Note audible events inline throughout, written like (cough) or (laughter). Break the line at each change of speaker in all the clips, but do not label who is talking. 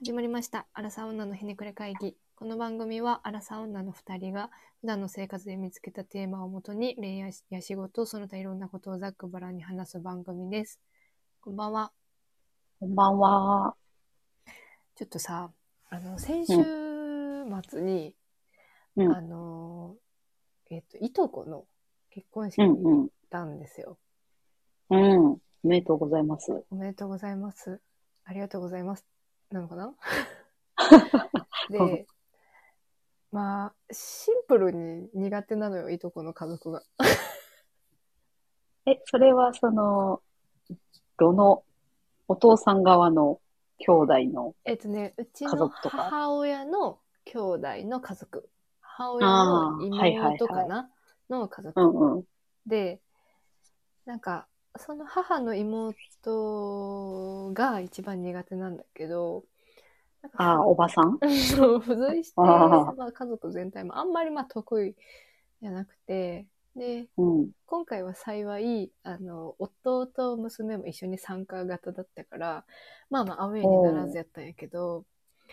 始まりました。アラサー女のひねくれ会議。この番組は、アラサー女の二人が、普段の生活で見つけたテーマをもとに、恋愛や仕事、その他いろんなことをざっくばらんに話す番組です。こんばんは。
こんばんは。
ちょっとさ、あの、先週末に、
うん
あの、えっと、いとこの結婚式
う
に
ん
行ったんですよ。
うん。うん。おめでとうございます。
おめでとうございます。ありがとうございます。なのか
(laughs)
な
そう
で、まあ、シンプルに苦手なのよ、いとこの家族が。
え、それはその、どの、お父さん側の兄弟の、
えっとね、うち
家
の
族とか
母親の兄弟の家族。母親の
あーはいはいはい
妹かなの家
う
族。
んうん。
で、なんか、その母の妹が一番苦手なんだけど、なんか
ああ、おばさん
そう、付随して、
あー
まあ、家族全体もあんまりまあ得意じゃなくて、で、
うん。
今回は幸い、あの、夫と娘も一緒に参加型だったから、まあまあアウェイにならずやったんやけど、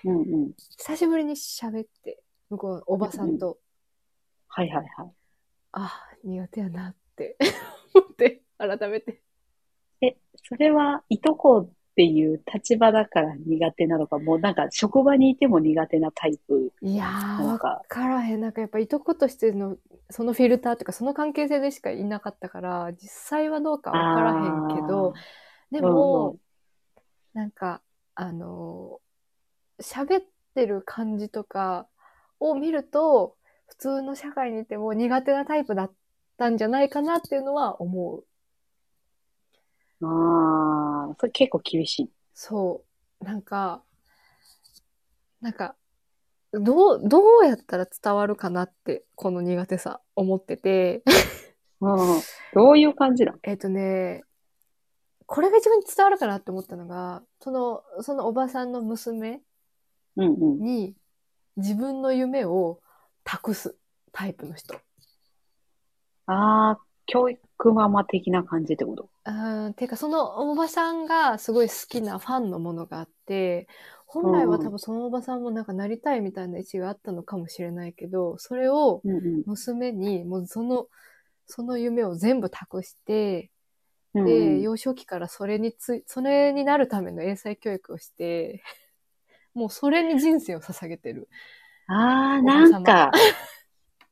うんうん。
久しぶりに喋って、向こうのおばさんと、
はいはいは
ああ、苦手やなって思って、改めて。
い。え、それは、いとこっていう立場だから苦手なのか、もうなんか職場にいても苦手なタイプ
いやー、
な
わ
んか、
からへん。なんかやっぱいとことしての、そのフィルターとか、その関係性でしかいなかったから、実際はどうかわからへんけど、でも、
うんうん
なんか、あのー喋ってる感じとかを見ると、普通の社会にいても苦手なタイプだったんじゃないかなっていうのは思う。
あーあー、それ結構厳しい。
そう。なんか、なんか、どう、どうやったら伝わるかなって、この苦手さ、思ってて。 (laughs)
うん。どういう感じだ
えっとね、これが一番伝わるかなって思ったのが、その、そのおばさんの娘
うんうん。
に自分の夢を託すタイプの人。
ああ、教育ママ的な感じってこと
うん、ていうかそのおばさんがすごい好きなファンのものがあって、本来は多分そのおばさんもなんかなりたいみたいな意思があったのかもしれないけど、それを
うんうん。
娘にもうその、その夢を全部託して、
うんう
で、
ん
幼少期からそれについ、それになるための英才教育をして、もうそれに人生を捧げてる。
あ
お
あ、
子
な
様
んか、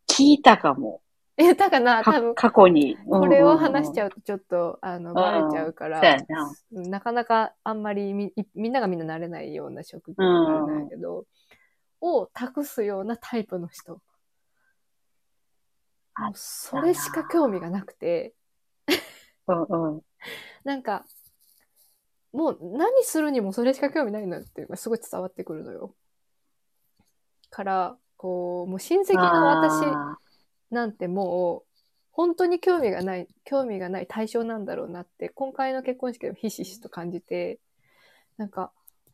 聞いたかも。
え、だから多分
か、過去に。
これを話しち
ゃ
ゃうとちょっと、あの、バレちゃうから、
そうやな
なかなかあんまりみいみんながみんな慣れないような職業なんだけど、を託すようなタイプの人。
あ
もうそれしか興味がなくて、
うんうん。
なんか、もう何するにもそれしか興味ないなっていうのがすごい伝わってくるのよ。から、こう、もう親戚の私
あ
なんてもう、本当に興味がない、興味がない対象なんだろうなって、今回の結婚式でもひしひしと感じて、なんか、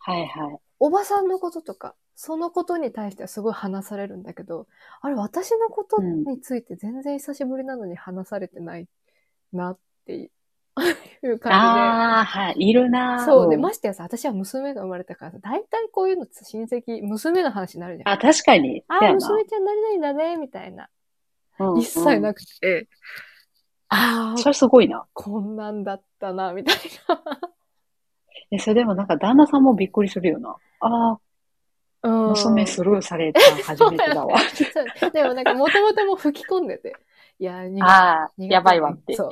ーはいはい。
おばさんのこととか、そのことに対してはすごい話されるんだけど、あれ、私のことについて全然久しぶりなのに話されてないなっていういう感
ああ、はい。いる
じ
な
で。
ー
そうで、
ん
ましてやさ、私は娘が生まれたからさ、大体こういうのって親戚、娘の話になるじゃん。
あ、確かに。
あ
そう
あ、
やな
娘ちゃんなりないんだね、みたいな。
うんうん
一切なくて、ああ、
それすごいな。
こんなんだったな、みたい
え、それでもなんか旦那さんもびっくりするよな。あ
な。
あ、
うん
娘スルーされた初めてだわ。
(laughs) そうでもなんか、もともともう吹き込んでて。いやー、に
(laughs) ああ、
苦手
やばいわって。
そう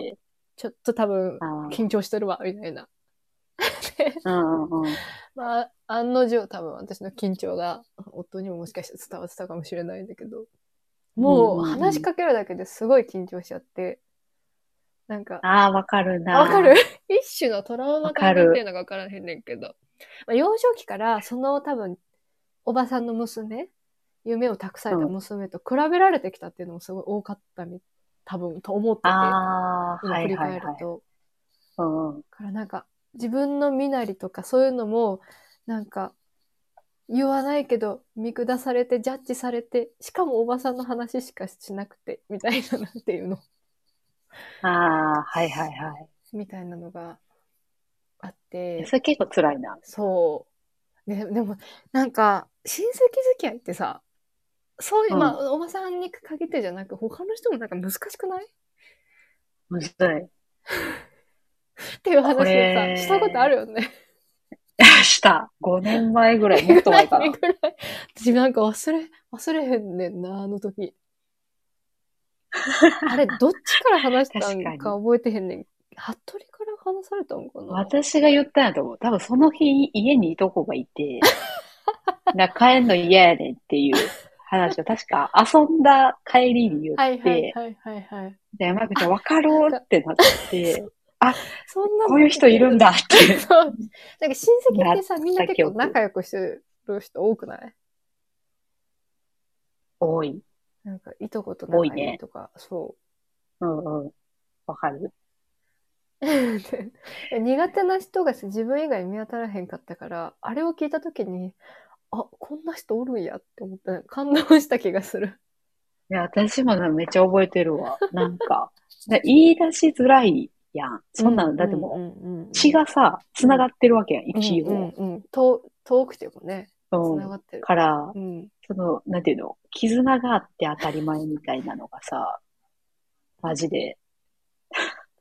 ちょっと多分、
あー
緊張してるわ、みたいな。 (laughs)
うんうんうん。
まあ、案の定多分私の緊張が、夫にももしかして伝わってたかもしれないんだけど、もう話しかけるだけですごい緊張しちゃって、なんか、
ああ、わかるな。
わかる (laughs) 一種のトラウマ感
わか
っ
る
ていうのがわからへんねんけど。まあ、幼少期から、その多分、おばさんの娘、夢を託された娘と比べられてきたっていうのもすごい多かったみ、多分、と思ってて、
ああ、
今
はい
振り
はい
返ると。
はい。うんうん。
からなんか、自分の身なりとかそういうのも、なんか、言わないけど、見下されて、ジャッジされて、しかもおばさんの話しかしなくて、みたいな、なんていうの、
ああ、はいはいはい。
みたいなのがあって
そ。れ結構辛いな。
そう。ね、でも、なんか、親戚付き合いってさ、そういう、
うん
まあ、おばさんに限ってじゃなく、他の人もなんか難しくない
むずい。 (laughs)
っていう話をさ、
これ
したことあるよね。
した。5年前ぐらい、もっと前か
(laughs)
な
ぐ。らい。私なんか忘れ、忘れへんねんな、あの
(laughs)
時。あれ、どっちから話したん
確か
か覚えてへんねん。服部から話されたんかな
(laughs) 私が言ったんやと思う。多分その日、家にいとこがい (laughs) て、な、帰んの嫌やねんっていう話を、確か遊んだ帰りに言って、
はいはいはいはいはい。
で、山口ちゃん分かろうって (laughs) なって、
そんな
こういう人いるんだって。
(laughs) そう。なんか親戚ってさ、みんな結
記
構
憶
仲良くしてる人多くない
多い。
なんか、いとこと
多
仲
い
い
ね
いとか、そ
うんうん。わかる。
う。 (laughs) で苦手な人がさ自分以外見当たらへんかったから、あれを聞いたときに、あ、こんな人おるんやって思った。感動した気がする。
いや、私もなめっちゃ覚えてるわ。なんか、で言い出しづらいやん。そんなの、だってもう、
も
血がさ、繋がってるわけやん、一
うんうん
応。
うん遠遠くてもね、
う
つ
ん
ながってる。
から、
うん。
その、なんていうの、絆があって当たり前みたいなのがさ、マジで、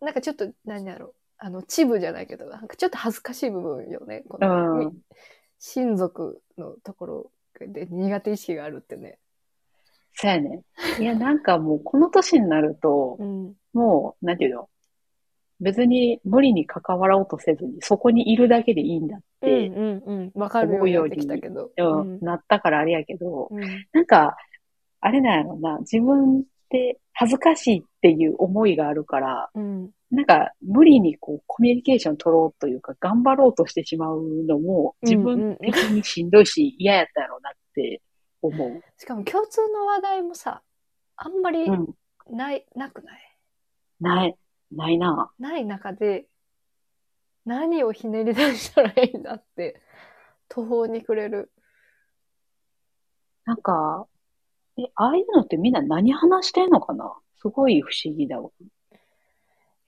なんかちょっと、何やろう。あの、チブじゃないけど、なんかちょっと恥ずかしい部分よね。こ
う
の
ん。
親族のところで苦手意識があるってね。
そうやね。いや、なんかもう、この年になると、
うん。
もう、なんていうの、別に無理に関わろうとせずに、そこにいるだけでいいんだっ
うん
て、
うんうん。わかるようになってきたけど。
うんなったからあれやけど、
うん
なんか、あれなんやろな、自分って恥ずかしいっていう思いがあるから、
うん。
なんか、無理にこう、コミュニケーション取ろうというか、頑張ろうとしてしまうのも、自分的にしんどいし、嫌やったやろうなって思う。
しかも共通の話題もさ、あんまり
うん。
ない、なくない
ない、ないな。
ない中で、何をひねり出したらいいんだって、途方に暮れる。
なんか、え、ああいうのってみんな何話してんのかなすごい不思議だわ。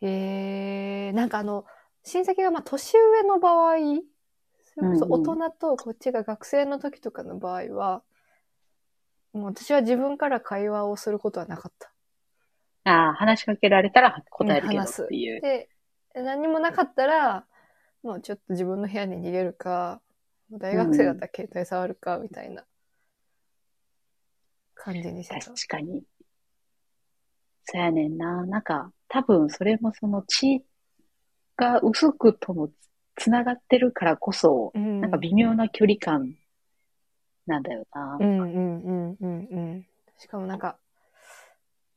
えー、なんかあの、親戚がまあ年上の場合、それこそ
うんう
大
ん
人とこっちが学生の時とかの場合は、もう私は自分から会話をすることはなかった。
ああ、話しかけられたら答えるけど
話す
っていう。
で、何もなかったら、もうちょっと自分の部屋に逃げるか、もう大学生だったら携帯触るか、みたいな感じにしてた
確。かに。そうやねんな。なんか、多分それもその血が薄くともつながってるからこそ、
うん
なんか微妙な距離感なんだよな。
うんうんうんうんうん。しかもなんか、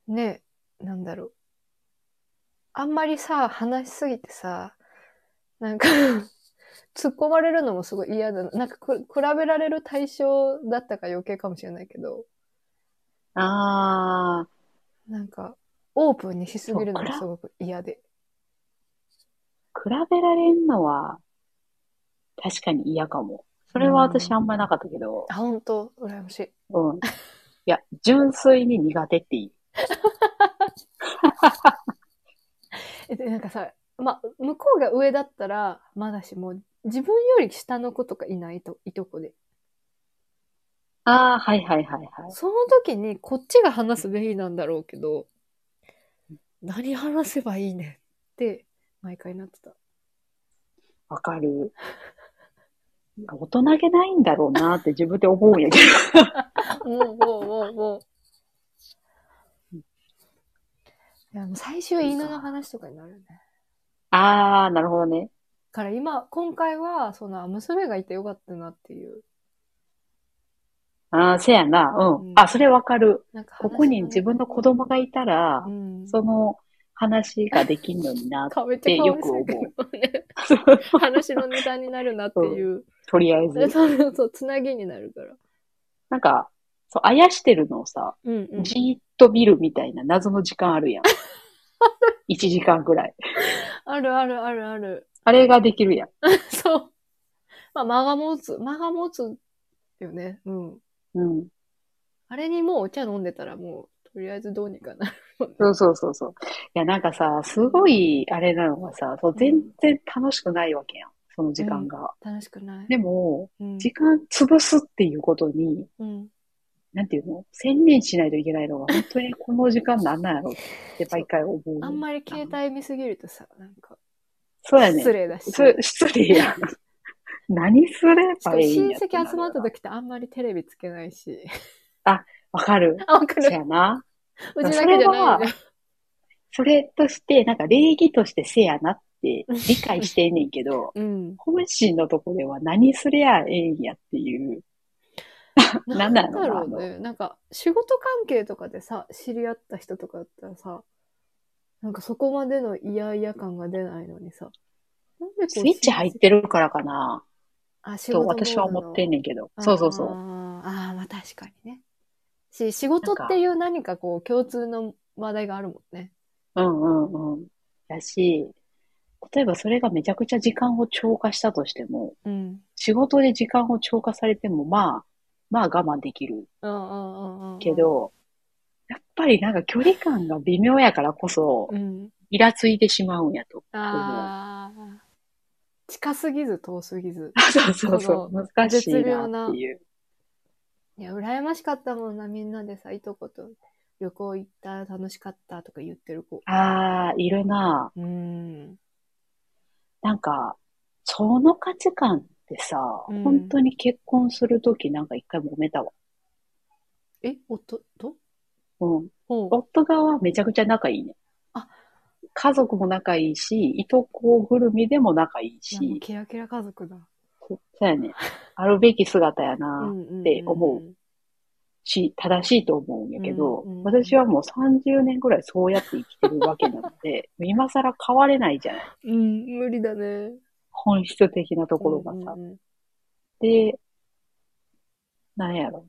ねえ、なんだろう。あんまりさ、話しすぎてさ、なんか、突っ込まれるのもすごい嫌だな。なんかく、比べられる対象だったから余計かもしれないけど、
ああ、
なんか、オープンにしすぎるの
そ
も
う暗
すごく嫌で。
比べられんのは確かに嫌かも。それは私あんまなかったけど、
あ、ほんと、羨ましい。
うん。いや、純粋に苦手っていい。
え、で、なんかさ、ま、向こうが上だったら、まだしも、自分より下の子とかいないと、いとこで。
ああ、はいはいはいはい。
その時にこっちが話すべきなんだろうけど、何話せばいいねんって毎回なってた。
わか
(laughs)
る。なんか大人げないんだろうなって自分で思うんやけど。
もうもうもうもう。いやもう最終犬の話とかになるよね。
ああ、なるほどね。
から今、今回は、その、あ娘がいてよかったなっていう。
ああ、せやな。うん。
うん
あ、それわかる。
なんか話
こ
が
こに自分の子供がいたら
う、ん。
その話ができんのにな。
かめっちゃかわいそうやけど (laughs) ね。話のネタになるなっていう。
とりあえ
それ
ず。
と、そう、つなぎになるから。
なんか、そう、あやしてるのをさ、
うんうん。
じーっと見るみたいな謎の時間あ
(laughs)
るやん。1時間くらい。
あるあるあるある。
あれができるやん。
(laughs) そう。まあ、間が持つ。間が持つよね。うん。
うん。
あれにもうお茶飲んでたらもう、とりあえずどうにかなる。
そうそうそうそう。いや、なんかさ、すごい、あれなのがさ、そう全然楽しくないわけやん。その時間が。
楽しくない。
でも、
うん、
時間潰すっていうことに、
うん。
なんていうの専念しないといけないのが、本当にこの時間なんなんやろって毎回思う。
あんまり携帯見すぎるとさ、なんか、
そうやね
失。礼だし。
そ失礼や (laughs) ん。何すれ
しか
ば
も
いい
親
んやてなる
戚集まった時ってあんまりテレビつけないし。
わかる。
あ、わか
そう
る。
やな。
うちだけじゃないんだよ。
それとして、なんか礼儀としてせやなって理解してんねんけど、
うん。
本心のとこでは何すりゃええんやっていう。
な
なんん
だ
だろう
ろ
な
うね。なんか、仕事関係とかでさ、知り合った人とかだったらさ、なんかそこまでの嫌々感が出ないのにさ。なんでこう
スイッチ入ってるからかな、
あ、仕
と
事
私は思ってん
ね。
ねんけど。そうそうそ
あー
う。
あー、まあ確かにね。し、仕事っていう何かこう共通の話題があるもんね。
うんうんうん。だし、例えばそれがめちゃくちゃ時間を超過したとしても、
うん。
仕事で時間を超過されても、まあ、まあ我慢できる
うんうんうんうんうん。
け、ど、やっぱりなんか距離感が微妙やからこそ、
うん。
イラついてしまうんやと。
ああ。近すぎず遠すぎ
(laughs)
ず。
そうそうそう。難しいなっていう。
いや、羨ましかったもんな、みんなでさ、いとこと旅行行った、楽しかったとか言ってる子。
ああ、いるな。
うーん。
なんか、その価値観ってさ、
うん
本当に結婚するときなんか一回揉めたわ。
え、夫と
うん。
ほう。
夫側はめちゃくちゃ仲いいね。
あ
家族も仲いいし、いとこぐるみでも仲いい
いやもう
し、
キラキラ家族だ。
そそうやね。あるべき姿や
う
なん
うんうん
って思し、正しいと思うんやけど
うんうんうん、
私はもう30年ぐらいそうやって生きてるわけなの
(laughs)
で、今更変われないじゃない。
うん、無理だね。
本質的なところがさ。
うんうんうん
で、なんやろうな。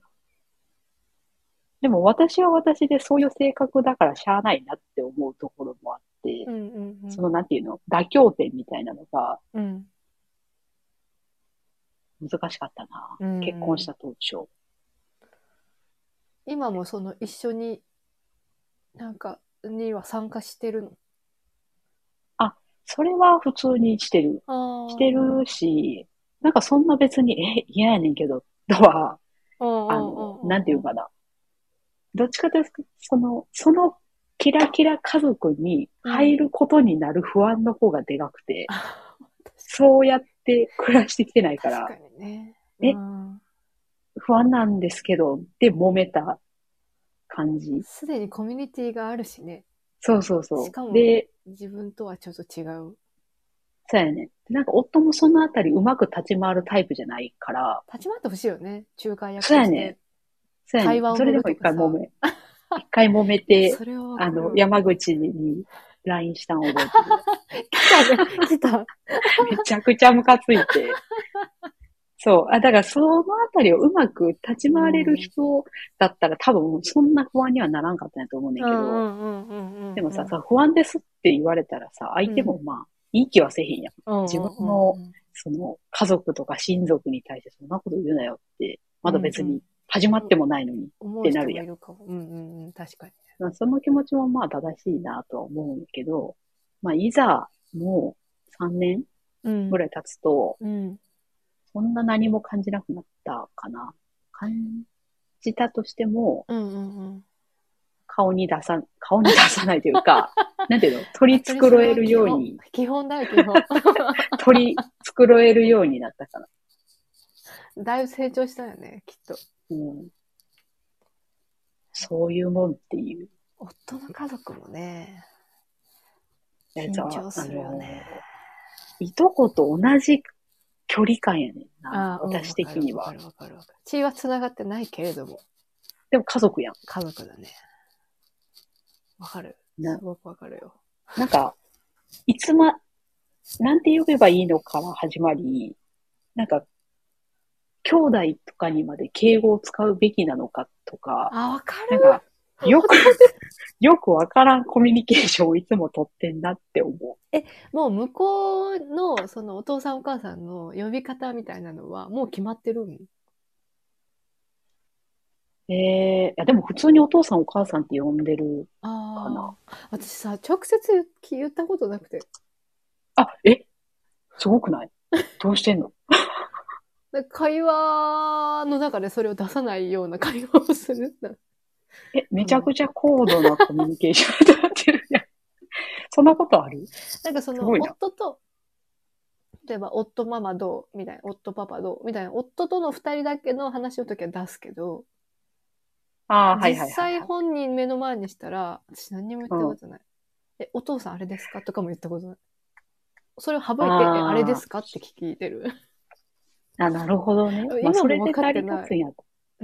でも私は私でそういう性格だからしゃあないなって思うところもあって
う、んうんうん。
そのなんていうの、妥協点みたいなのが
うん。
難しかったな。
うん
結婚した当初。
今もその一緒に、なんか、には参加してるの。
それは普通にしてる。
ああ。
してるし、なんかそんな別に、え、嫌やねんけど、とは、
うんうんうんうん。
あの、なんていうかな。どっちかというと、その、そのキラキラ家族に入ることになる不安の方がでかくて、
あ。
そうやって暮らしてきてないか
確
ら
か、にね。
え
うん
不安なんですけど、で揉めた感じ。
すでにコミュニティがあるしね。
そうそうそう。
しかも
で、
自分とはちょっと違う。
そうやね。なんか夫もそのあたりうまく立ち回るタイプじゃないから、
立ち回ってほしいよね。仲介役として。
そうやねそうやね
会話を。
それでも一回 (laughs) 揉め、一回揉めて、
それはわか
あ
る
の、山口に LINE したん覚えてる。
来 (laughs) たね。来た。
(laughs) めちゃくちゃムカついて。そう。あ、だからそのあたりをうまく立ち回れる人だったら多分そんな不安にはならんかったんやと思うねんだけど、
ど
でもさ、さ、不安ですって言われたらさ、相手もまあ、いい気はせえへんやん。自分のその、家族とか親族に対してそんなこと言うなよって、まだ別
うんうん
に始まってもないのに。
思
っ
う
て
人
な
も
る
い
やん
るかも。うんうんうん。確かに。
まあその気持ちはまあ正しいなとは思うんやけど、まあ、いざ、もう3年
うん
ぐらい経つと、
うん。
そんな何も感じなくなったかな。感じたとしても、
うんうんうん。
顔に出さ、顔に出さないとい
(laughs)
うか、なんていうの取り繕えるように、
基本だよ、基本。 (laughs)
取り繕えるようになったかな。
だいぶ成長したよね、きっと。
うん、そういうもんっていう
夫の家族もね、
や
緊
つは、
張するよね。
あのいとこと同じ距離感やねんな
あ、ーうん
私的に
わか
は。
るわかるわかる。血は繋がってないけれども、
でも家族やん。
家族だね。わかる。
な
すごくわかるよ。
なんか、いつま、なんて呼べばいいのから始まり、なんか、兄弟とかにまで敬語を使うべきなのかとか、
あ、わか
な
る。
んか、よく、よくわからんコミュニケーションをいつも取ってんなって思う。
(laughs) もう向こうの、そのお父さんお母さんの呼び方みたいなのは、もう決まってるん
ええいやでも普通にお父さんお母さんって呼んでるか
あ
な。
あ。私さ、直接言言ったことなくて。
あ、えすごくないどうしてんの
なんか会話の中でそれを出さないような会話をする。
え、めちゃくちゃ高度なコミュニケーションになってるやん。 (laughs) そんなことある
なんかその
すごいな
夫と、例えば夫ママどうみたいな、夫パパどうみたいな、夫との二人だけの話の時は出すけど、
ああ、はいはいはい。
実際本人目の前にしたら、私何にも言ったことない。え、お父さんあれですかとかも言ったことない。それを省いて、え
あー
あれですかって聞いてる。
あ、なるほどね。
今
まあ、それ
も
で
分かっ
成
て
り
ない
立つんや。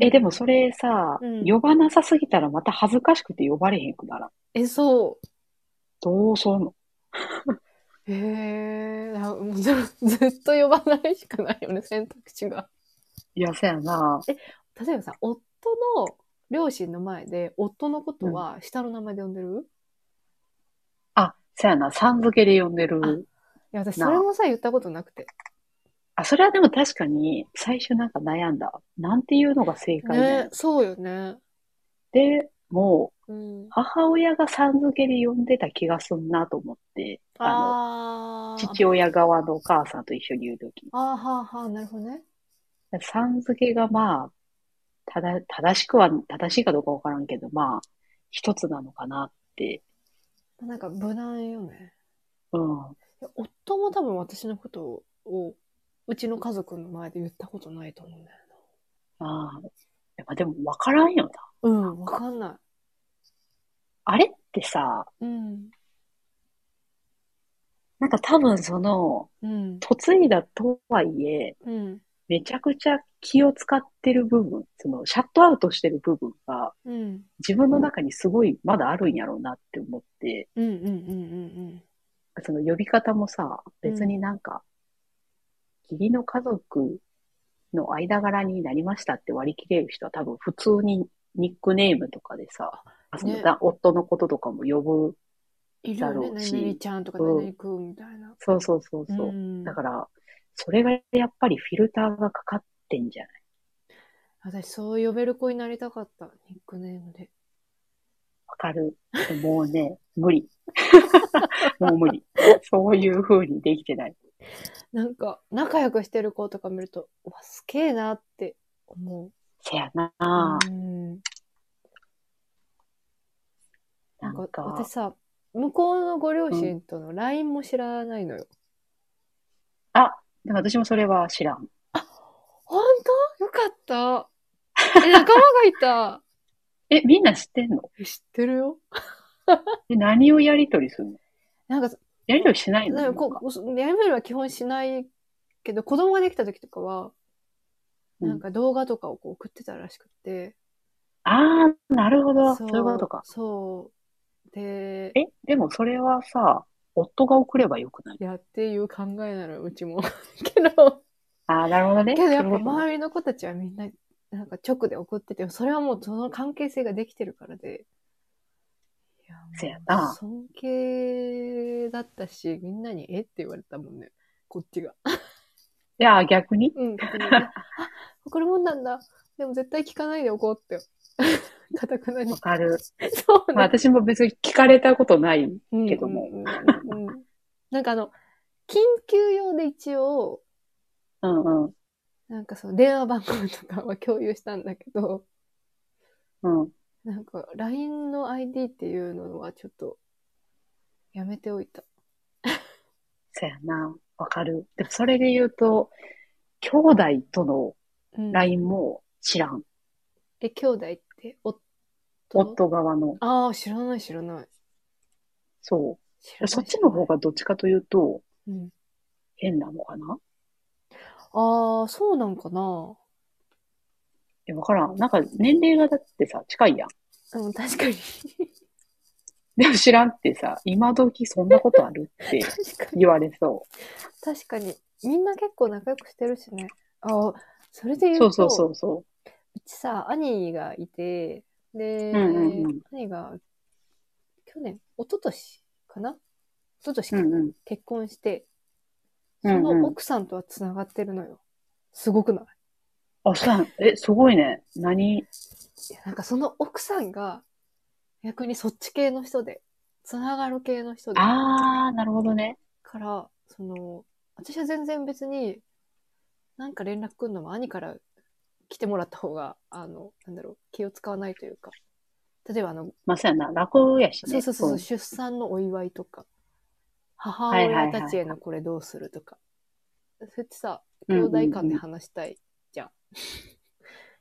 え、でもそれさ、
うん
呼ばなさすぎたらまた恥ずかしくて呼ばれへんくならん。
(laughs) え、そ
どうそうの
う。へえー、なもうずずっと呼ばないしかないよね、選択肢が。
いや、そやな。
例えばさ、夫の両親の前で、夫のことは下の名前で呼んでる、い
あ、そやな。さん付けで呼んでる。
や、私
な
そ
あ
れもさ、言ったことなくて。
あ、それはでも確かに、最初なんか悩んだ。なんていうのが正解だよ
ね、そうよね。
で、もう、
うん。
母親がさん付けで呼んでた気がすんなと思って、あ
あー
の、父親側のお母さんと一緒に言うときに。
あーはあはあ、なるほどね。
さん付けがまあ、ただ、正しくは、正しいかどうかわからんけど、まあ、一つなのかなって。
なんか無難よね。
うん。
いや夫も多分私のことを、うちの家族の前で言ったことないと思うんだよ
ああ。やっぱでもわからんよな。
な。うん、わかんな
あれってさ、
い。うん。
なんか多分その、
うん。
嫁いだとはいえ、
うん。
めちゃくちゃ気を使ってる部分、その、シャットアウトしてる部分が、
うん。
自分の中にすごいまだあるんやろうなって思って、
うんうんうんうん
その呼び方もさ、別になんか、義理の家族の間柄になりましたって割り切れる人は多分普通にニックネームとかでさ、あその
ね
だ夫のこととかも呼ぶ。
うん。いるよね、
だろうし
何々ちゃんとか
うん
何々くんみたいな。
そうそうそうそう。
ん
だから、それがやっぱりフィルターがかかってんじゃない
私、そう呼べる子になりたかった、ニックネームで。
わかる。もうね、 (laughs) 無理。もう無理。そういう風にできてない。
なんか、仲良くしてる子とか見ると、うわ、すげえなって思う。
せやな
うん。
な
なん
ん
か、
か
私、さ、向こうのご両親との LINE も知らないのよ。
でも私もそれは知らん。
本当よかった。え、仲間がいた。 (laughs)
え、みんな知ってんの
え知ってるよ。
え、何をやりとりするの
なんか、
やりとりしないの
なんかこう、そうやり取りは基本しないけど、子供ができた時とかは、
うん
なんか動画とかをこう送ってたらしくて。
ああ、なるほど。そういうことか。
そう。で、
え、でもそれはさ、夫が送ればよくない
やっていう考えなのよ、うちも。 (laughs) けど、
ああ、なるほどね。
けどやっ
そ
ぱ
ういうことね
周りの子たちはみんな、なんか直で送ってて、それはもうその関係性ができてるからで。いやもう
せやな
尊敬だったし、みんなにえって言われたもんね。こっちが。
いや、逆に
うん、逆
(laughs)
に。あ、送るもんなんだ。でも絶対聞かないでおこう
(laughs)
って。かたくなに
わ。かる。
そう
まあ
ね。
私も別に聞かれたことない。けども
うんうんうんうんなんかあの、緊急用で一応、
うんうん。
なんかその電話番号とかは共有したんだけど、
うん。
なんか LINE の ID っていうのはちょっとやめておいた。
そやな。わかる。でもそれで言うと、兄弟との
うん、
LINE も知らん。
え、兄弟って夫の
夫側の。
ああ、知らない知らない。
そ
知らな
う。
い
そっちの方がどっちかというと、
うん、
変なのかな
ああ、そうなんかな。
え、わからん。なんか年齢がだってさ、近いやん。
うん、確かに。
でも知らんってさ、今時そんなことあるって
確かに。
言われそ
確かに。みんな結構仲良くしてるしね。ああ、それで言
う。
うと、
そうそうそうそう
ちさ、兄がいて、で、
うんうんうん
兄が、去年、一昨年かな一昨年
う。
か、
うんうん。
結婚して、
う
そ
んうん
の奥さんとは繋がってるのよ。すごくない
あ、そうなんえ、すごいね。何
いやなんかその奥さんが、逆にそっち系の人で、繋がる系の人で、
あー、なるほどね。
から、その、私は全然別に、なんか連絡来るのも兄から来てもらった方が、あの、なんだろう、気を使わないというか。例えばあの、
まあ、そうやな、楽やし
そう
ね。
そうそう、
ん
出産のお祝いとか、母
いはいはい
親たちへのこれどうするとか。それってさ、兄弟間で話したいじ
(laughs)
ゃん。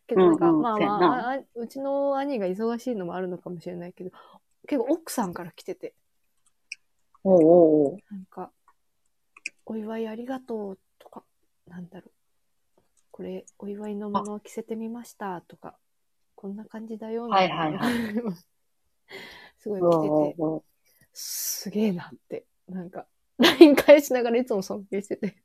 けどなんか、
うんうん
まあ
そうや
ま
な
ああ、うちの兄が忙しいのもあるのかもしれないけど、結構奥さんから来てて、
おうおうおう
なんか、お祝いありがとうとか、なんだろう。これ、お祝いのものを着せてみましたとか、こんな感じだよ
はいはいは
(laughs) すごい
おうお
来
う
てて、
おう
すげえなって、なんか、LINE 返しながらいつも尊敬してて。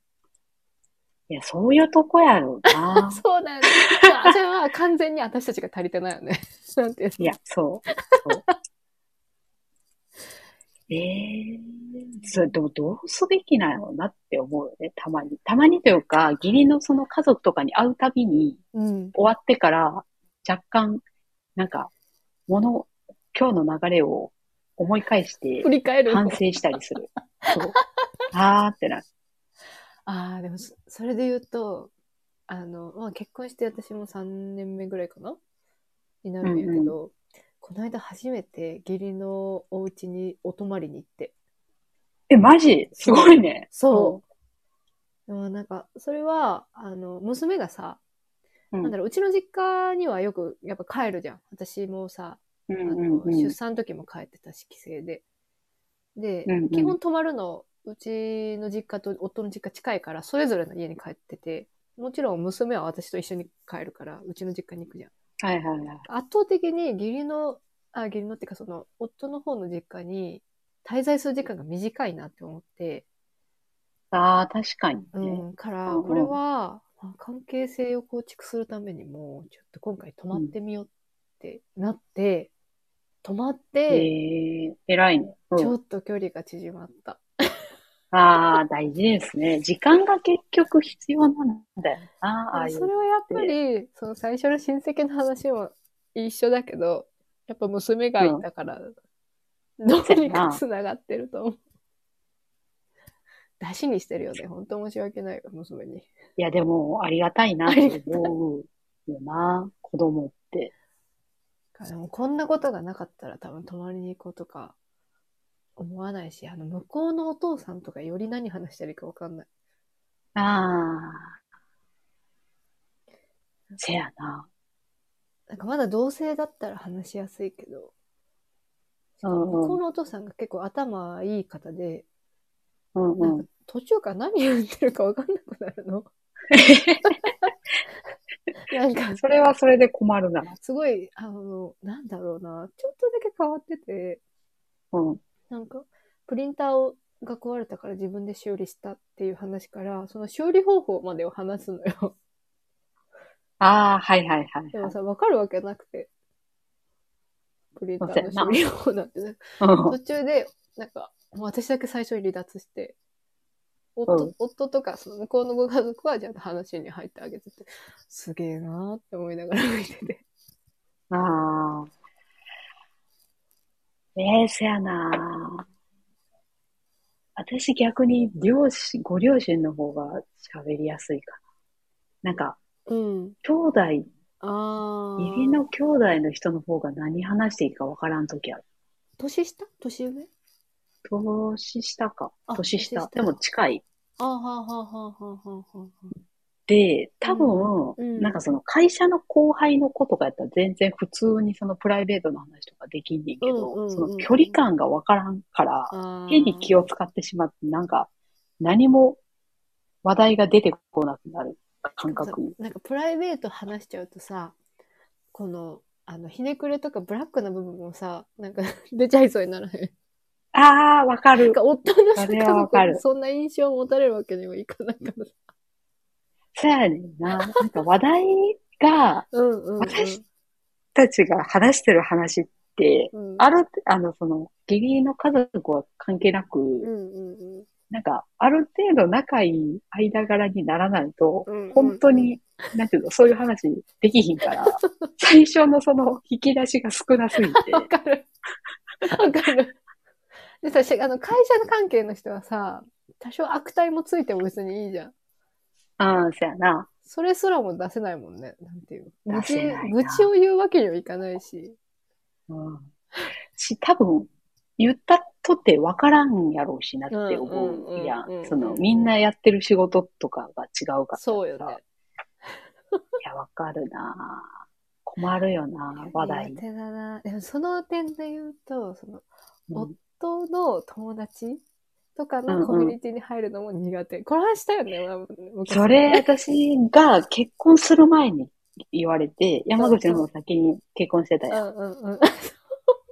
いや、そういうとこやろうな。
(laughs) そうだよね。じゃあじゃあ、完全に私たちが足りてないよね。 (laughs) なんていうの
いや、そう。そうええそれでもどうすべきなのなって思うよね、たまに。たまにというか、義理のその家族とかに会うたびに、
うん。
終わってから若干、なんか、もの、今日の流れを思い返して
振り返る。
反省したりする。
(laughs)
そう。あーってなる。
ああ、でもそ、それで言うと、あの、まあ、結婚して私も3年目ぐらいかなになるんやけど、この間初めて義理のお家にお泊まりに行って。
え、マジすごいね。
そう。でもなんか、それは、あの、娘がさ、
うん
なんだろう、うちの実家にはよく、やっぱ帰るじゃん。私もさ、
う。うん
あ
うん
の、
うん。
出産の時も帰ってたし、帰省で。で、
うんうん
基本泊まるの、うちの実家と夫の実家近いから、それぞれの家に帰ってて、もちろん娘は私と一緒に帰るから、うちの実家に行くじゃん。
はいはいはい。
圧倒的に義理の、あ、義理のっていうかその、夫の方の実家に滞在する時間が短いなって思って、
あー、確かに
う
ね。
ん、から、
うんうん
これは、まあ関係性を構築するためにも、ちょっと今回泊まってみようってなって、泊まって、
えー、偉いね。うん
ちょっと距離が縮まった。
ああ、大事ですね。時間が結局必要なんだよな、ああい
それ
う。
はやっぱり、その最初の親戚の話も一緒だけど、やっぱ娘がいたから、どうにか繋がってると思う。出しにしてるよね。本当申し訳ないわ、娘に。
いや、でも、ありがたいなって思うよな、子供って。
でもこんなことがなかったら多分泊まりに行こうとか思わないし、あの、向こうのお父さんとかより何話したらいいかわかんない。
ああ。せやな。
なんかまだ同性だったら話しやすいけど、
うんうん
向こうのお父さんが結構頭いい方で、
うん
な
うんん
か。途中から何言ってるか分かんなくなるの。なんか、
(laughs) それはそれで困るな。
すごい、あの、なんだろうな、ちょっとだけ変わってて、
うん。
なんか、プリンターをが壊れたから自分で修理したっていう話から、その修理方法までを話すのよ。
ああ、はいはいはい
で
は
も
い。
さ、分かるわけなくて。プリンターの修理方法なんてね。
うん
途中で、なんか、もう私だけ最初に離脱して、夫,、
うん
夫とか、その向こうのご家族は、じゃあ話に入ってあげてて、すげえなーって思いながら見てて。
ああ。ええせやな。私逆に両親、ご両親の方が喋りやすいかな。なんか、
うん。
兄弟、義
あー。
理の兄弟の人の方が何話していいかわからんときある。
年下年上
年下か。
あ
年下。
年下
でも近い。
あーはあはあはあはあはあはあ。
で、多分、
うんうん
なんかその会社の後輩の子とかやったら全然普通にそのプライベートの話とかできんねんけ
うん
ど、
うんうん
その距離感がわからんから、
あー
変に気を使ってしまって、なんか、何も話題が出てこなくなる感覚。
なんかプライベート話しちゃうとさ、この、あの、ひねくれとかブラックな部分もさ、なんか (laughs) 出ちゃいそうにならへん。
ああ、わか
なん
る。
か夫のさ
それ
家
はわか
族
る
にそんな印象を持たれるわけにもいかないからさ。
そうやねんな。なんか話題が、
うんうん、うん。
私たちが話してる話って、
うん、
ある、あの、その、義理の家族は関係な
う
く、
んうん
なんか、ある程度仲いい間柄にならないと、
うん。
本当。に、なんていうの、そういう話できひ
(laughs)
んから、最初のその引き出しが少なすぎ
(laughs)
て、
わかる。わかる。でさ、しあの、会社の関係の人はさ、多少悪態もついても別にいいじゃん。
ああ、そやな。
それすらも出せないもんね。なんていうの。愚
出
痴
せない、な
愚痴を言うわけにはいかないし。
うん。し、多分、言ったとて分からんやろうしなって思うや
うんうんうんうんうん
ん。その、みんなやってる仕事とかが違うからさ。
そうよね。
いや、わかるな困るよな話題
苦。手だな。でもその点で言うと、その、
うん
夫の友達とかのコミュニティに入るのも苦手。この話したよね、昔
それ、私が結婚する前に言われて、山口の方が先に結婚してた
う
やん。
んうんう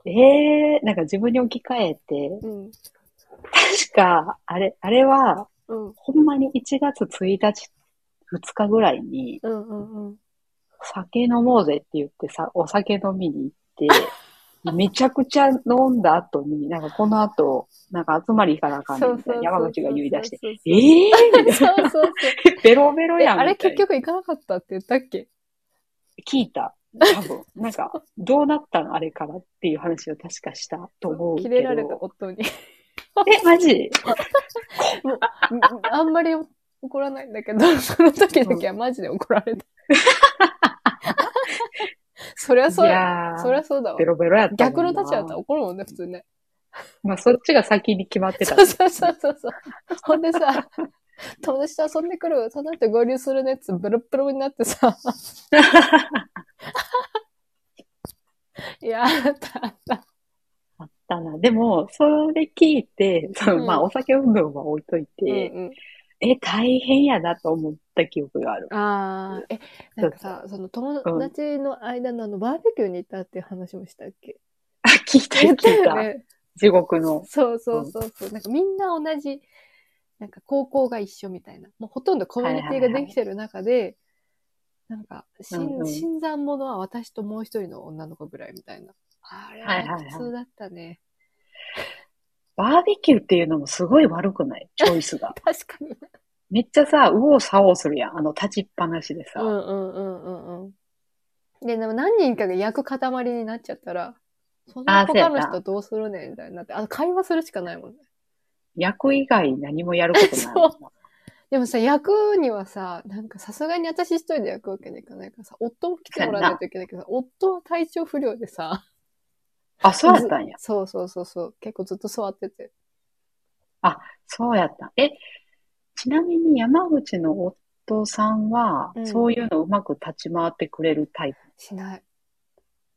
ん。
ええなんか自分に置き換えて、
うん。
確か、あれ、あれは、
うん。
ほんまに1月1日、2日ぐらいに、
うんうんうん。
酒飲もうぜって言ってさ、お酒飲みに
(laughs)
行って、めちゃくちゃ飲んだ後に、なんかこの後、なんか集まり行かなあかんねんみたいな山口が言い出して、
そうそう
ええーみたい
そうそうそう。
な (laughs) ベロベロ
え
やんみたいな。
あれ結局行かなかったって言ったっけ
聞いた。多分。なんか、どうなったのあれからっていう話を確かしたと思うけ
切
ど。
れられた夫に。 (laughs)
え、マジ
あんまり怒らないんだけど、 (laughs) その時だけはマジで怒られた。 (laughs) そりゃそう
い
だ。
やー
そりゃそうだわ
ベ。ロベロやったもんな。
逆の立場だったら怒るもんね、普通ね。
まあ、そっちが先に決まってた
そ。うそうそうそうそう。ほんでさ、友達と遊んでくる、その後合流するねっつってブルッブルになって
(laughs)
さ、いや、あったあった。
あったな。でも、それ聞いて、その
うん
まあ、お酒運動は置いといて、
うん
え、大変やなと思った記憶がある
(laughs) うん、。ああ、え、なんかさ、その友達の間のあのバーベキューに行ったっていう話もしたっ
(laughs)
け
あ、聞いた、聞い
言った
た
よ。ね。
地獄の。
(laughs) そうそうそうそう。なんかみんな同じ、なんか高校が一緒みたいな。もうほとんどコミュニティができてる中で、なんか、新、
うんうん
新参者は私ともう一人の女の子ぐらいみたいな。あれ
はいはいは
はい普通だったね。
バーベキューっていうのもすごい悪くないチョ
(laughs)
イスが。
確かに。
めっちゃさ、右往左往するやん。あの、立ちっぱなしでさ。
うんうんうんうんうん。で、でも何人かが焼く塊になっちゃったら、その
あそうや
他
った
の人どうするねんみたいになって、あ会話するしかないもんね。
焼く以外何もやることないもんな。
でもさ、焼くにはさ、なんかさすがに私一人で焼くわけにいかないからさ、夫も来てもらわないといけないけどさ、夫は体調不良でさ、
あ、そうやったんや。
そうそうそうそう、結構ずっと座ってて。
そうやった。え、ちなみに山口の夫さんは
う、ん
そういうのうまく立ち回ってくれるタイプ。
しない。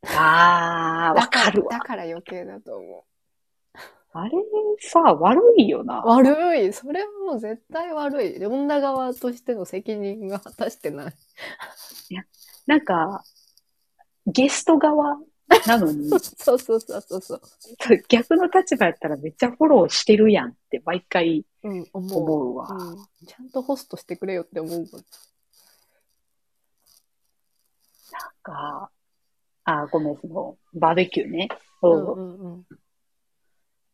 あー、わかる
だ
わ。
から余計だと思
あれさ、悪いよな
う。。悪いそれはもう絶対悪い。女側としての責任が果たしてない。、
なんか、ゲスト側なのに
(laughs) そうそうそうそうそう。
逆の立場やったらめっちゃフォローしてるやんって毎回
うん、思う。
思うわ。
うん、ちゃんとホストしてくれよって思うもん。
が、あ、ごめん、その、バーベキューね。
うん
そう
うんうん。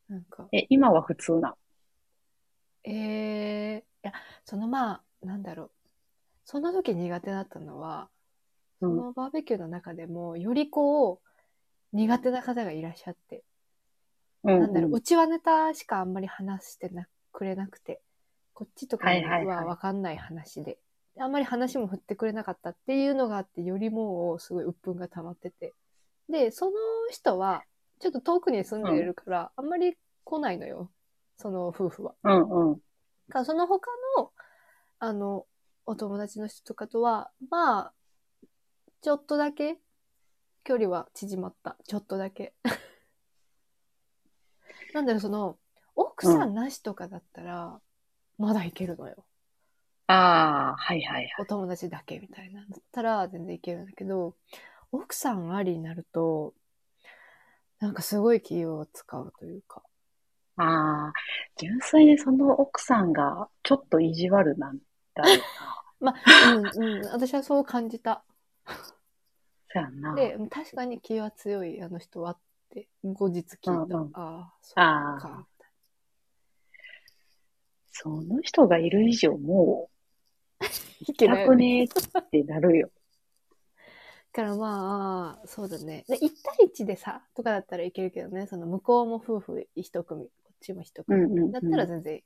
なんか、
え、今は普通な。
ええいや、そのまあ、なんだろう。その時苦手だったのは、
う
そ
ん
のバーベキューの中でも、よりこう、苦手な方がいらっしゃって。
うん
なんだろ
う
う、
ん
うちはネタしかあんまり話してなくれなくて、こっちとか
はいはいはい
はわかんない話で、あんまり話も振ってくれなかったっていうのがあって、よりもうすごい鬱憤が溜まってて。で、その人は、ちょっと遠くに住んでるから、あんまり来ないのよ。その夫婦は。
うんうん。
かその他の、あの、お友達の人とかとは、まあ、ちょっとだけ、距離は縮まった。ちょっとだけ。 (laughs) なんだろう、その、奥さんなしとかだったら、まだいけるのよ。
ああ、はいはいはい。
お友達だけみたいな。だったら、全然いけるんだけど、奥さんありになると、なんかすごい気を使うというか。
ああ、純粋にその奥さんがちょっと意地悪なんだろうな。
まあ、うんうん、私はそう感じた。
そうやん
(laughs)
な。
で、確かに気は強いあの人はって、後日聞いた。
うんうん
ああ、そう
ああ、
か。
その人がいる以上も、
いうけない
辛
よ
く
ね。
ねってなるよ。
だからまあ、そうだね。で、1対1でさ、とかだったらいけるけどね、その向こうも夫婦一組、こっちも一
う
組。
んうんうん。
だったら全然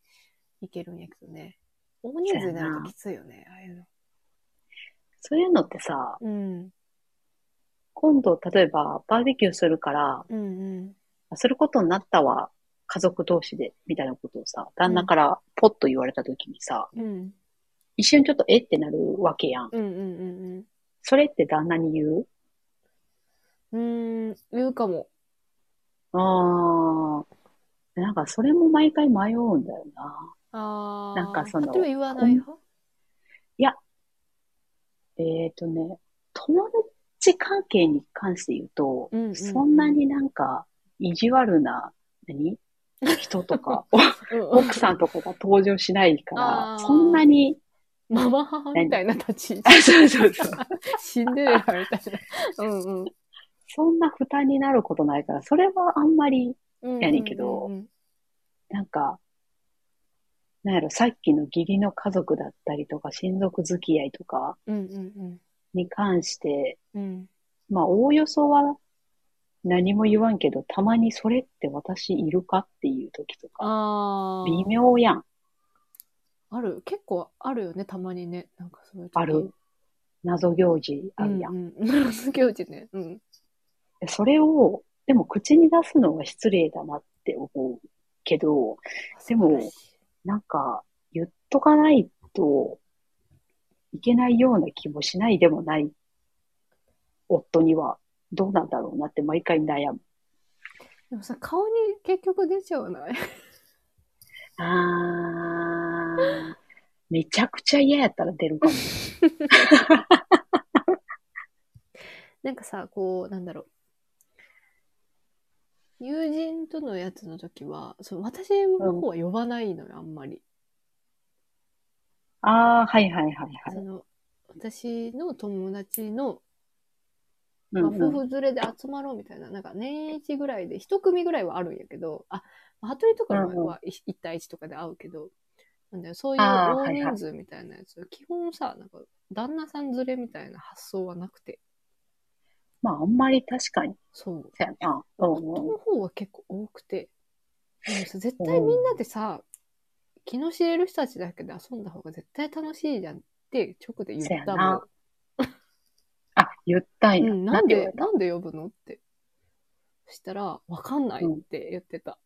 いけるんやけどね。大人数にな
そうや
る
な
ときついよね、ああいうの。
そういうのってさ、
うん。
今度例えばバーベキューするから、
うんうん。
することになったわ、家族同士で、みたいなことをさ、旦那からポッと言われた時にさ、
うん。
一瞬ちょっとえってなるわけやん。
うんうんうん
それって旦那に言う
うん。うーん、言うかも。
ああ。なんかそれも毎回迷うんだよな。
ああ。
なんかその
あとは言わない派
えっ、とね、友達関係に関して言うと、
うんうんうん
そんなになんか意地悪な、何人と
(laughs)
か、
うん
奥さんとかが登場しないか
あー
ら、そんなに、
ママ母みたいな立ち位置。
そうそ
(laughs)
うそう。
シンデレラみたいな。うんうん。
そんな負担になることないから、それはあんまり、
うん
やねんけど
うんうん
なんか、なんやろ、さっきの義理の家族だったりとか、親族付き合いとか
うんうん
に関して、
うん。うん
まあ、おおよそは何も言わんけど、たまにそれって私いるかっていう時とか、
あ
微
あ。
妙やん。
ある結構あるよね、たまにね。なんかそういう時
ある。。謎行事あるやん。
うんうん。 (laughs) 行事ね。うん。
でそれを、でも口に出すのは失礼だなって思うけど、でもなんか、言っとかないといけないような気もしないでもない夫には、どうなんだろうなって毎回悩む。
でもさ、顔に結局出ちゃわない (laughs)
あー、めちゃくちゃ嫌やったら出るかも。
なんかさ、こう、なんだろう。友人とのやつの時は、そう私の方は呼ばないのよ、あんまり。
あー、はいはいはいはい
そ。の、私の友達の、
うん
まあ、
うん
夫婦連れで集まろうみたいな、なんか年一ぐらいで、一組ぐらいはあるんやけど、あ、まあ服部とかの場合は一一対一とかで会うけど、なんだよ、そういう
あーは
大
いはい
人数みたいなやつ、基本さ、なんか、旦那さん連れみたいな発想はなくて、
まあ、あんまり確かに、
そう。
そうやな。うん
夫
うん
の方は結構多くて、でもさ絶対みんなでさ、気の知れる人たちだけで遊んだ方が絶対楽しいじゃんって直で言ったもん。
あ、言ったん
う
や。
ん、なん
て言
で
われ、た
なんで呼ぶのって。そしたら、わかんないって言ってた。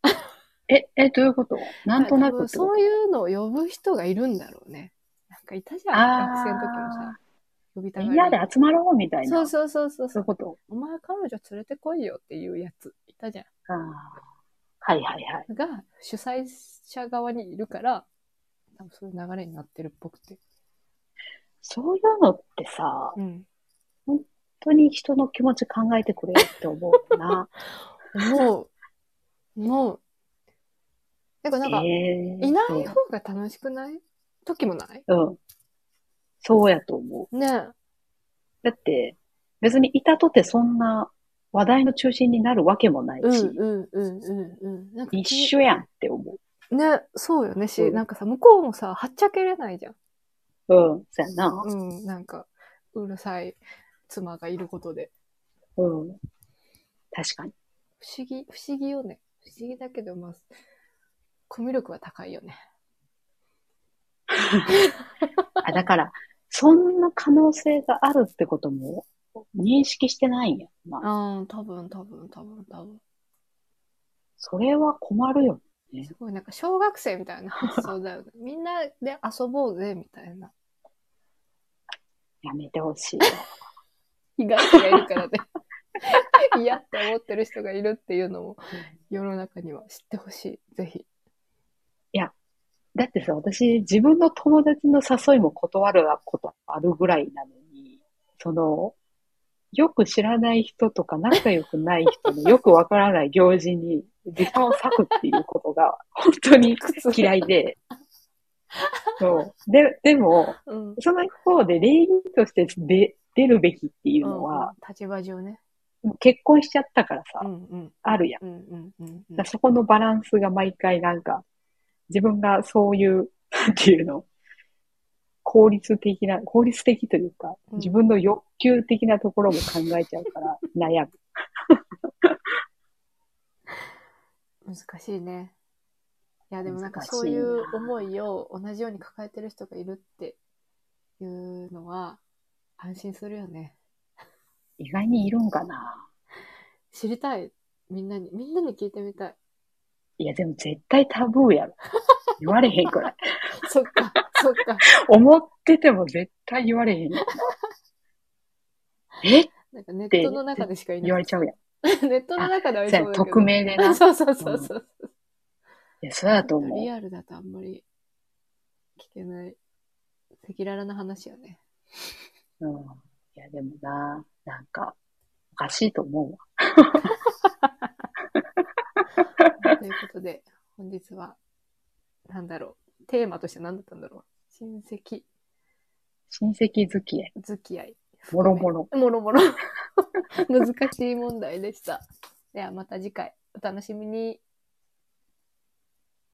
え、え、どういうことなんとな
多
く
分
ってこと
そういうのを呼ぶ人がいるんだろうね。なんかいたじゃん、学生の時のさ、呼びたが
み
り
んなで集まろうみたいな。
そうそうそうそう
そういうこと
お前彼女連れてこいよっていうやつ、いたじゃ
あーはいはいはい。
ん。が、主催者側にいるから、多分そういう流れになってるっぽくて。
そういうのってさ、本
うん。
当に人の気持ち考えてくれるって思うな。
もう、もう、なん (laughs) かなんか、
えー
いない方が楽しくない時もない
うん。うんそうやと思
ねえ。
う。だって、別にいたとてそんな話題の中心になるわけもないし、
うんうんうんうんうん。なんか
一緒やんって思
ね、そうよねし、
うん
なんかさ、向こうもさ、はっちゃけれないじゃん。
う。うん、そうやな。
うん、なんか、うるさい妻がいることで。
うん。確かに。
不思議、不思議よね。不思議だけど、まあ、コミュ力は高いよね。
あ、だから、そんな可能性があるってことも認識してないんや。まあ、
ああ、多分、多分、多分、多分。
それは困るよ。
すごい、なんか小学生みたいな発想だよ (laughs) ね。みんなで遊ぼうぜ、みたいな。
やめてほしい。
被害者がいるからね。 (laughs) 嫌って思ってる人がいるっていうのも、世の中には知ってほしい。ぜひ。
(laughs) だってさ、私、自分の友達の誘いも断ることあるぐらいなのに、その、よく知らない人とか仲良くない人のよくわからない行事に時間を割くっていうことが本当に嫌いで、そう。で、でも、
うん。
その一方で礼儀として出出るべきっていうのは、
うん、立場上ね。
結婚しちゃったからさ、
うんうん。
あるやん。
うんうんうんうん
だからそこのバランスが毎回なんか、自分がそういう、 (laughs) なんていうの、効率的な、効率的というか、
うん
自分の欲求的なところも考えちゃうから (laughs) 悩む。
難しいね。いや、でもなんか
難しい
そういう
な
思いを同じように抱えてる人がいるっていうのは安心するよね。
意外にいるんかな
知りたい。みんなに、みんなに聞いてみたい。 (laughs)
いや、でも絶対タブーやろ。言われへんくらい。
そっか、 (laughs) そっか。
思ってても絶対言われへんよ。え
なんかネットの中でしかい
言
な
わ
い。
れちゃうやん。
(laughs) ネットの中ではい
じゃ
だ
あ、
けど
匿。名
(laughs)
でな。い
そうそうそうそう。
や、そうやと思
リ
う。
アルだとあんまり聞けない赤裸々な話よ
(laughs)
ね。
うん。いや、でもな、なんか、おかしいと思うわ。
ということで、本日は、なんだろう。テーマとして何だったんだろう。親戚
親戚付き合い。
付き合い。
ボロボロ。
もろ (laughs) もろ。難しい問題でした。ではまた次回お楽しみに。